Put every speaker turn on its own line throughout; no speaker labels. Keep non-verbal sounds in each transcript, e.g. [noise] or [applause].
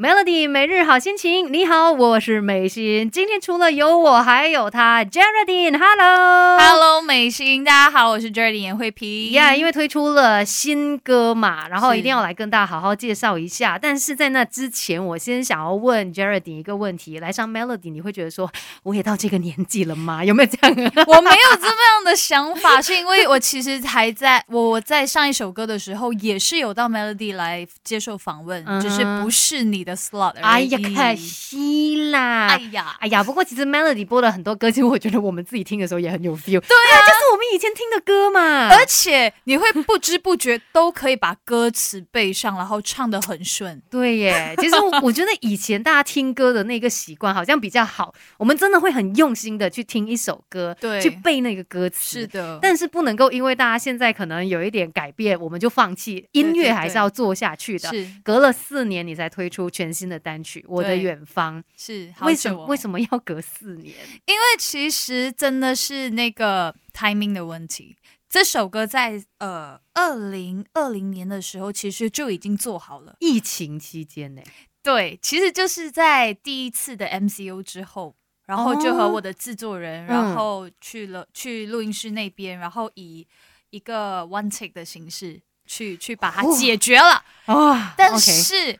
Melody 每日好心情，你好，我是美心。今天除了有我，还有他 Geraldine，Hello。
Hello，美心，大家好，我是 j e r d y 严慧萍。
Yeah，因为推出了新歌嘛，然后
是
一定要来跟大家好好介绍一下。但是在那之前，我先想要问 Geraldine 一个问题：来上 Melody，你会觉得说我也到这个年纪了吗？ [laughs] 有没有这样？
我没有这样的想法，是因为我其实还在我我在上一首歌的时候，也是有到 Melody 来接受访问，
嗯哼
只是不是你的 slot 而
哎
已。
呀，可惜啦！
哎呀，
哎呀，不过其实 Melody 播了很多歌，其实我觉得我们自己听的时候也很有 feel。对啊，就是我们以前听的歌嘛。
而且你会不知不觉都可以把歌词背上，然后唱得很顺。
对耶，其实我我觉得以前大家听歌的那个习惯好像比较好，我们真的会很用心的去听一首歌，
对
去背那个歌词。
是的，
但是不能够因为大家现在可能有一点改变，我们就放弃。音
对
乐
对
还是要做下去的。
是
隔了四年，你才推出全新的单曲《我的
对
远方》，
是，哦
为什么
么？
为什么要隔四
[laughs]
年？
因为其实真的是那个 timing 的问题。这首歌在呃二零二零年的时候，其实就已经做好了。
疫情期间呢、
对，其实就是在第一次的 MCU 之后，然后就和我的制作人，
嗯
然后去了去录音室那边，然后以一个 one take 的形式去去把它
哦
解决了。
啊
但
o
是、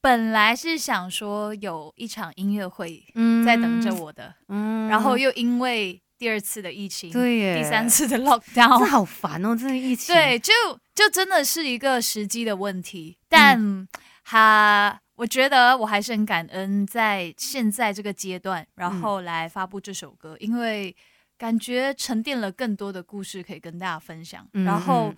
本来是想说有一场音乐会
k
在等着，我的，
嗯
然后又因为第二次的疫情，
对耶，
第三次的 [laughs]
这
lockdown，
好烦哦，这个疫情。
对，就就真的是一个时机的问题。
嗯
但哈、我觉得我还是很感恩，在现在这个阶段，
嗯
然后来发布这首歌，因为感觉沉淀了更多的故事可以跟大家分享，
嗯，
然后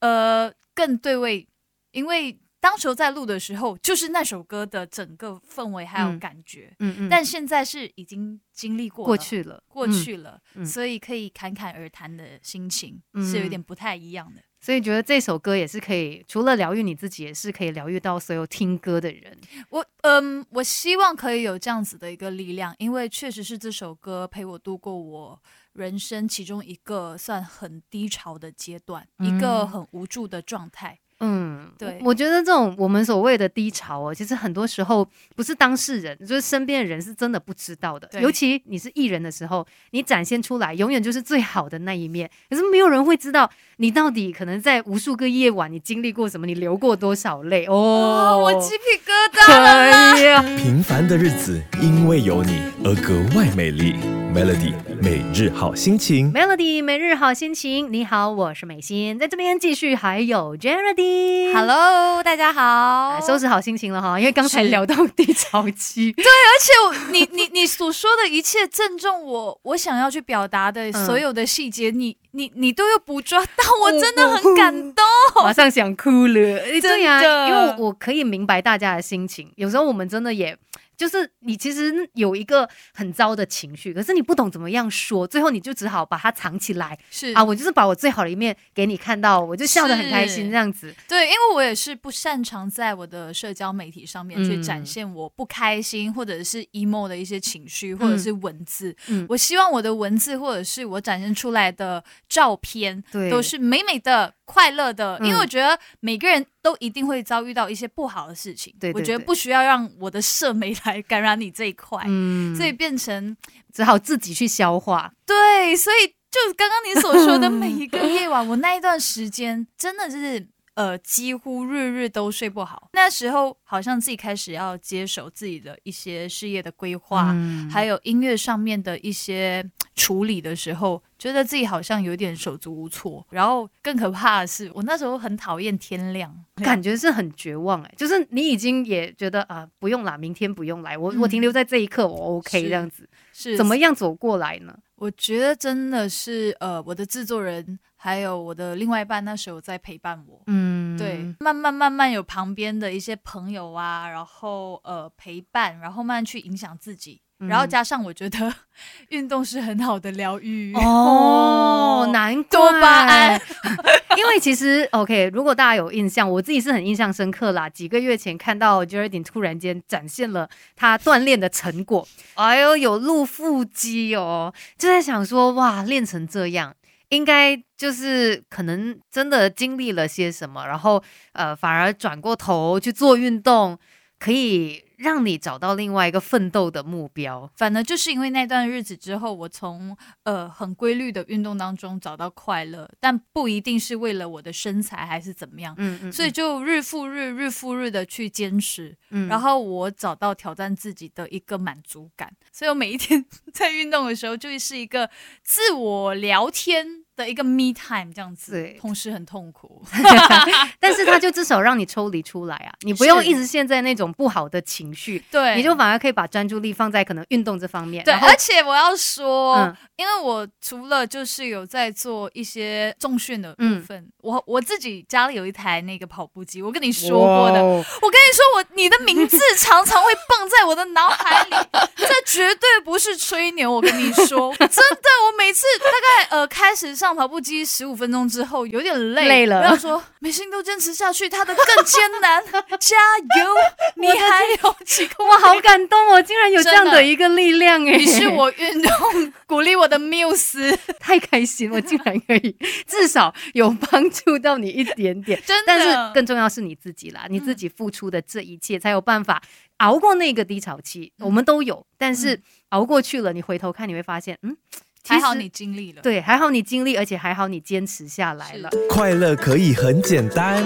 嗯
呃更对位，因为当时候在录的时候，就是那首歌的整个氛围还有
嗯
感觉。
嗯嗯
但现在是已经经历过
过
了
去了，
过
嗯
去了，
嗯
所以可以侃侃而谈的心情、
嗯
是有点不太一样的。
所以觉得这首歌也是可以，除了疗愈你自己，也是可以疗愈到所有听歌的人。
我嗯，我希望可以有这样子的一个力量，因为确实是这首歌陪我度过我人生其中一个算很低潮的阶段，
嗯
一个很无助的状态。
嗯，
对
我我觉得这种我们所谓的低潮哦，其实很多时候不是当事人，就是身边的人是真的不知道的。
对
尤其你是艺人的时候，你展现出来永远就是最好的那一面，可是没有人会知道你到底可能在无数个夜晚你经历过什么，你流过多少泪哦。
哦，我鸡皮疙瘩。
哎呀，
平凡的日子因为有你而格外美丽。Melody 每日好心情。
Melody 每日好心情，你好，我是美心，在这边继续还有 Geraldine。
Hello，大家好
嗯哎。收拾好心情了哈，因为刚才
哦是
聊到低潮
[laughs]
期，
而且我你你你所说的一切正中我我想要去表达的
嗯哦
所有的细节，你你你都有捕捉到，我真的很感动。
马上想哭了。哎对呀、
真的
因为我我可以明白大家的心情，有时候我们真的也。就是你其实有一个很糟的情绪，可是你不懂怎么样说，最后你就只好把它藏起来
是
啊！我就是把我最好的一面给你看到，我就笑得很开心
是
这样子。
对，因为我也是不擅长在我的社交媒体上面去
嗯
展现我不开心或者是 emo 的一些情绪或者是文字。
嗯
我希望我的文字或者是我展现出来的照片
对
都是美美的、快乐的，因为
嗯
我觉得每个人都一定会遭遇到一些不好的事情。
对对
我觉得
对
不需要让我的社媒来感染你这一块，
嗯，
所以变成
只好自己去消化。
对，所以就刚刚你所说
[laughs]
的每一个夜晚，我那一段时间真的是呃，几乎日日都睡不好。那时候好像自己开始要接手自己的一些事业的规划，
嗯
还有音乐上面的一些呃处理的时候，觉得自己好像有点手足无措。然后更可怕的是，我那时候很讨厌天亮，
感觉是很绝望哎、就是你已经也觉得啊、不用啦，明天不用来，我、
嗯
我停留在这一刻，我 OK
是
这样子，
是
怎么样走过来呢？
我觉得真的是呃，我的制作人还有我的另外一半那时候在陪伴我。
嗯，
对， [laughs] 慢慢慢慢有旁边的一些朋友啊，然后呃陪伴，然后慢慢去影响自己，
嗯
然后加上我觉得 [laughs] 运动是很好的疗愈
哦，难怪
多巴胺，
[laughs] 因为其实 OK，如果大家有印象，我自己是很印象深刻啦。几个月前看到 j e r d i n 突然间展现了他锻炼的成果，哎呦，有露腹肌哦，就在想说哇，练成这样。应该就是可能真的经历了些什么，然后呃，反而转过头去做运动，可以让你找到另外一个奋斗的目标。
[laughs] 反而就是因为那段日子之后，我从呃很规律的运动当中找到快乐，但不一定是为了我的身材还是怎么样，
嗯嗯，
所以就日复日、日复日的去坚持，
嗯
然后我找到挑战自己的一个满足感，所以我每一天在运动的时候，就是一个自我聊天的一个 me time 这样子
对，
同时很痛苦。 [laughs]
但是它就至少让你抽离出来啊，你不用
是
一直陷在那种不好的情绪，
对，
你就反而可以把专注力放在可能运动这方面。
对，
然后
而且我要说，
嗯
因为我除了就是有在做一些重训的部分，
嗯
我我自己家里有一台那个跑步机，我跟你说过的。
哇哦
我跟你说，我你的名字常常会蹦在我的脑海里，这绝对不是吹牛。我跟
[laughs]
你说，真的，我每次大概呃开始上跑步机十五分钟之后，有点累，
累了
我要说每事，你都坚持下去，它的更艰难，加油！你还有几公
[laughs] 哇，好感动哦，竟然有这样的一个力量哎！
你是我运动鼓励我的缪斯，
太开心，我竟然可以至少有帮助到你一点点。
真的。嗯
但是更重要是你自己啦，你自己付出的这一切才有办法熬过那个低潮期。
嗯
我们都有，但是熬过去了，你回头看你会发现，嗯，其
还好
实
你经历了，
对，还好你经历，而且还好你坚持下来了。
快乐可以很简单，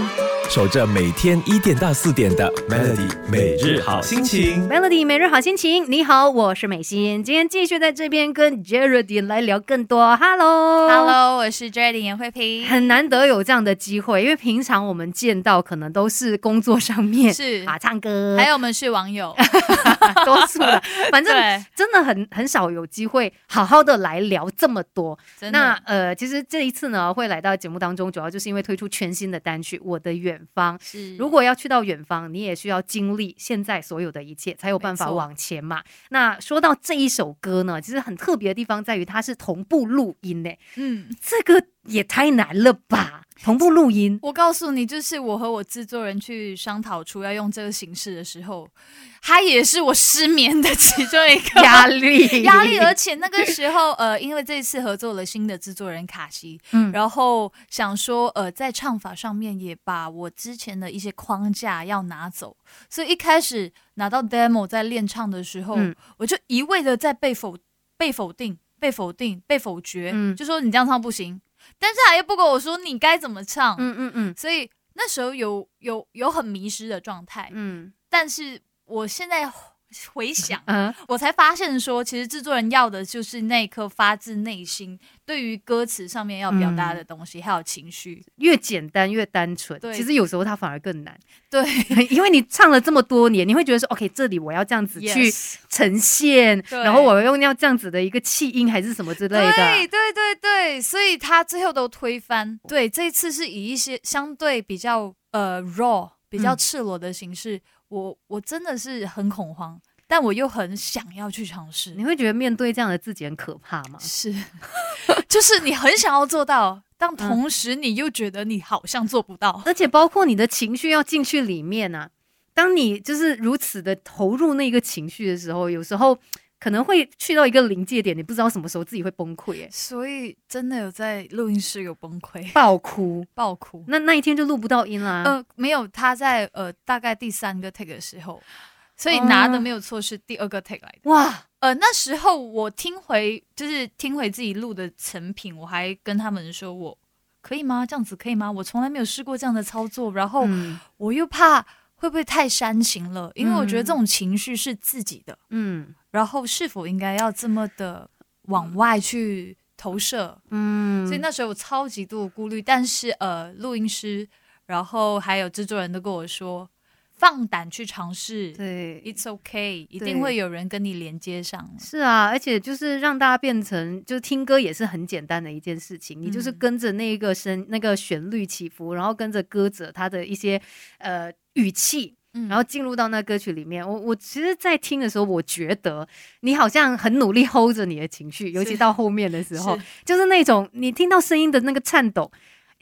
守着每天一点到四点的 Melody 每日好心情。
Melody 每日好心情，你好，我是美心，今天继续在这边跟 Geraldine 来聊更多。Hello，Hello。
Hello，我是 j e r d y 严慧萍，
很难得有这样的机会，因为平常我们见到可能都是工作上面
是
啊，唱歌，
还有我们是
[laughs]
网友，
多数
[laughs]
了，反正
对，
真的很很少有机会好好的来聊这么多。
真的
那呃，其实这一次呢，会来到节目当中，主要就是因为推出全新的单曲《我的远方》。
是
如果要去到远方，你也需要经历现在所有的一切，才有办
没
法
错
往前嘛。那说到这一首歌呢，其实很特别的地方在于它是同步录音呢，
嗯，
这个也太难了吧？同步录
[laughs]
音，
我告诉你，就是我和我制作人去商讨出要用这个形式的时候，他也是我失眠的其中一个
压力，
压力，而且那个时候，呃，因为这一次合作了新的制作人卡西，
嗯
然后想说，呃，在唱法上面也把我之前的一些框架要拿走，所以一开始拿到 demo 在练唱的时候，
嗯
我就一味的在被否、被否定、被否定、被否决，
嗯
就说你这样唱不行，但是他又不跟我说你该怎么唱，
嗯嗯嗯
所以那时候有有有很迷失的状态，
嗯
但是我现在
[laughs]
回想。
嗯
我才发现说，其实制作人要的就是那一颗发自内心对于歌词上面要表
嗯
达的东西，还有情绪。
越简单越单纯，
对
其实有时候它反而更难。
对，
[laughs] 因为你唱了这么多年，你会觉得说，OK，这里我要这样子去
Yes
呈现
对
然后我用要这样子的一个气音还是什么之类
对
的。
对对对，所以他最后都推翻。对，这一次是以一些相对比较呃 raw、比较
嗯
赤裸的形式，我我真的是很恐慌，但我又很想要去尝试
你。会觉得面对这样的自己很可怕吗？
是， [laughs] 就是你很想要做到，但同时你又觉得你好像做不到。
而且包括你的情绪要进去里面啊，当你就是如此的投入那个情绪的时候，有时候可能会去到一个临界点，你不知道什么时候自己会崩溃、欸，
所以真的有在录音室有崩溃。
爆哭。
爆哭。
那那一天就录不到音啦、
呃，没有，他在呃大概第三个 take 的时候，所以拿的
哦
没有错是第二个 take 来的。
哇，
呃，那时候我听回就是听回自己录的成品，我还跟他们说我可以吗？这样子可以吗？我从来没有试过这样的操作，然后
嗯
我又怕会不会太煽情了，因为我觉得这种情绪是自己的，
嗯
然后是否应该要这么的往外去投射？
嗯，
所以那时候我超级度顾虑，但是呃，录音师，然后还有制作人都跟我说，放胆去尝试
对
，It's OK，一
对
定会有人跟你连接上。
是啊，而且就是让大家变成，就听歌也是很简单的一件事情，你就是
嗯
跟着那个声、那个旋律起伏，然后跟着歌者他的一些呃语气。
嗯
然后进入到那歌曲里面，我我其实，在听的时候，我觉得你好像很努力 [laughs] hold 着你的情绪，尤其到后面
[laughs]
的时候，
是
就是那种你听到声音的那个颤抖，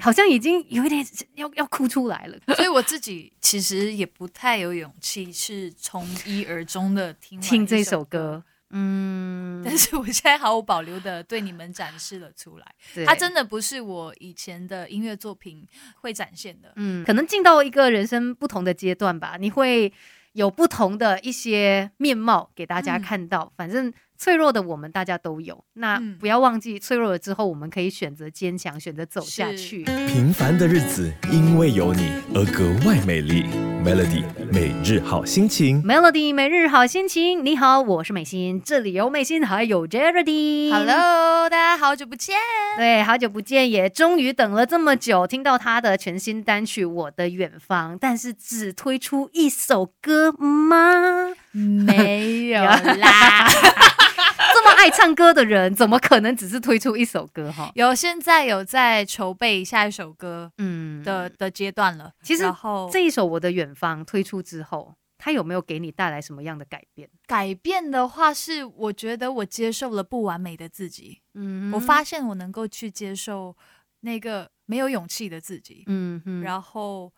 好像已经有一点要要哭出来了。
所以我自己其实也不太有勇气是从一而终的听完
听
一
这首
首
歌，，嗯，
但是我现在毫无保留的对你们展示了出来，
对
它真的不是我以前的音乐作品会展现的。
嗯，可能进到一个人生不同的阶段吧，你会有不同的一些面貌给大家
嗯
看到。反正脆弱的我们大家都有，那
嗯
不要忘记脆弱了之后，我们可以选择坚强，选择走下
是
去。
平凡的日子因为有你而格外美丽。Melody 每日好心情。
Melody 每日好心情，你好，我是美心，这里有美心还有
嗯
Jerry。
Hello，大家好久不见。
对，好久不见，也终于等了这么久，听到他的全新单曲《我的远方》，但是只推出一首歌吗？
嗯没有 [laughs] 啦，
[laughs] 这么爱唱歌的人，怎么可能只是推出一首歌哈？
有现在有在筹备下一首歌
嗯
的、的阶段了。
其实
然后
这一首《我的远方》推出之后，它有没有给你带来什么样的改变？
改变的话是，我觉得我接受了不完美的自己，
嗯
我发，现我能够去接受那个没有勇气的自己，
嗯哼，
然后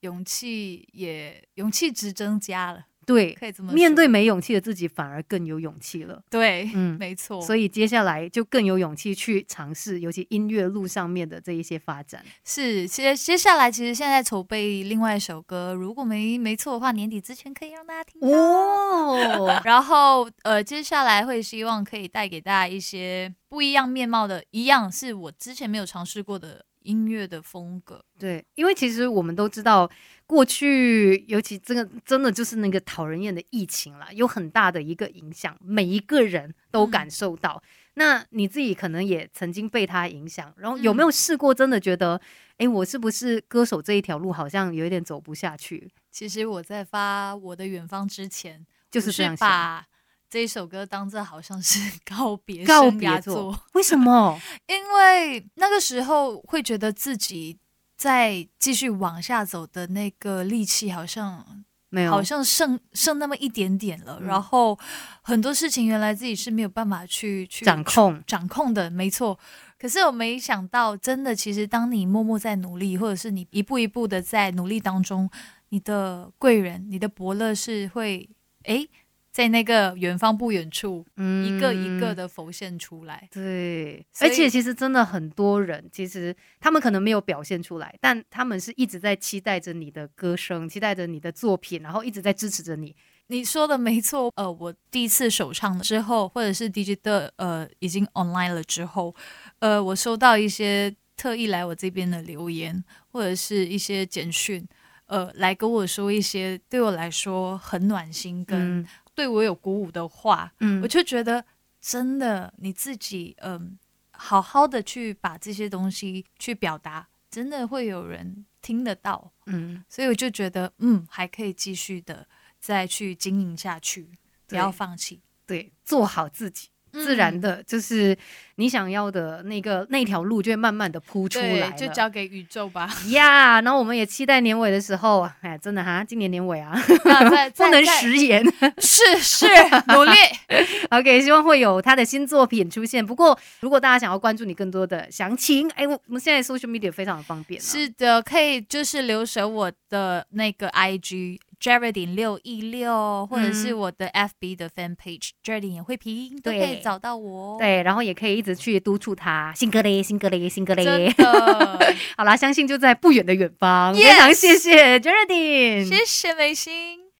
勇气也勇气值增加了，
对，
可以这么说
面对没勇气的自己，反而更有勇气了。
对，
嗯
没错，
所以接下来就更有勇气去尝试，尤其音乐路上面的这一些发展。
是，接接下来其实现在筹备另外一首歌，如果没没错的话，年底之前可以让大家听到。
哦，
然后呃，接下来会希望可以带给大家一些不一样面貌的，一样是我之前没有尝试过的音乐的风格。
对，因为其实我们都知道，过去尤其这个真的就是那个讨人厌的疫情啦，有很大的一个影响，每一个人都
嗯
感受到。那你自己可能也曾经被它影响，然后有
嗯
没有试过真的觉得，哎、我是不是歌手这一条路好像有一点走不下去？
其实我在发《我的远方》之前，
就
我
是这样想。
把这一首歌当做好像是 [laughs] 告别
告
生涯
别作，为什
[laughs]
么？
因为那个时候会觉得自己在继续往下走的那个力气好像
没有，
好像剩剩那么一点点了，
嗯
然后很多事情原来自己是没有办法去去
掌控。
掌控的，没错。可是我没想到，真的，其实当你默默在努力，或者是你一步一步的在努力当中，你的贵人、你的伯乐是会诶，在那个远方不远处，
嗯
一个一个。的浮现出来。
对，
所
而
以
且其实真的很多人，其实他们可能没有表现出来，但他们是一直在期待着你的歌声，期待着你的作品，然后一直在支持着你。
你说的没错，呃，我第一次首唱之后，或者是 DJ 的呃已经 online 了之后，呃，我收到一些特意来我这边的留言，或者是一些简讯，呃，来跟我说一些对我来说很暖心跟
嗯
对我有鼓舞的话，
嗯
我就觉得真的你自己嗯、好好的去把这些东西去表达，真的会有人听得到。
嗯，
所以我就觉得，嗯，还可以继续的再去经营下去，不
对
要放弃，
对，做好自己，自
嗯
然的就是你想要的那个那条路就会慢慢的铺出来了
嗯对，就交给宇宙 [laughs] 吧。
呀。然后我们也期待年尾的时候，哎，真的哈，今年年尾啊， [laughs]
那再
不能，
再
食言。
再是是努 [laughs] 力，
[laughs] OK，希望会有他的新作品出现。不过，如果大家想要关注你更多的详情，哎，我我们现在 social media 非常的方便、啊，
是的，可以就是留守我的那个 IG。Jaredin 六一六，或者
嗯
是我的 FB 的 Fan Page、Jaredin 也会拼，都可
对
以找到我哦。
对，然后也可以一直去督促他，新歌嘞，新歌嘞，新歌嘞
真。
[laughs]
的，
好啦，相信就在不远的远方。
Yes
非常谢谢 Geraldine，
谢谢美心。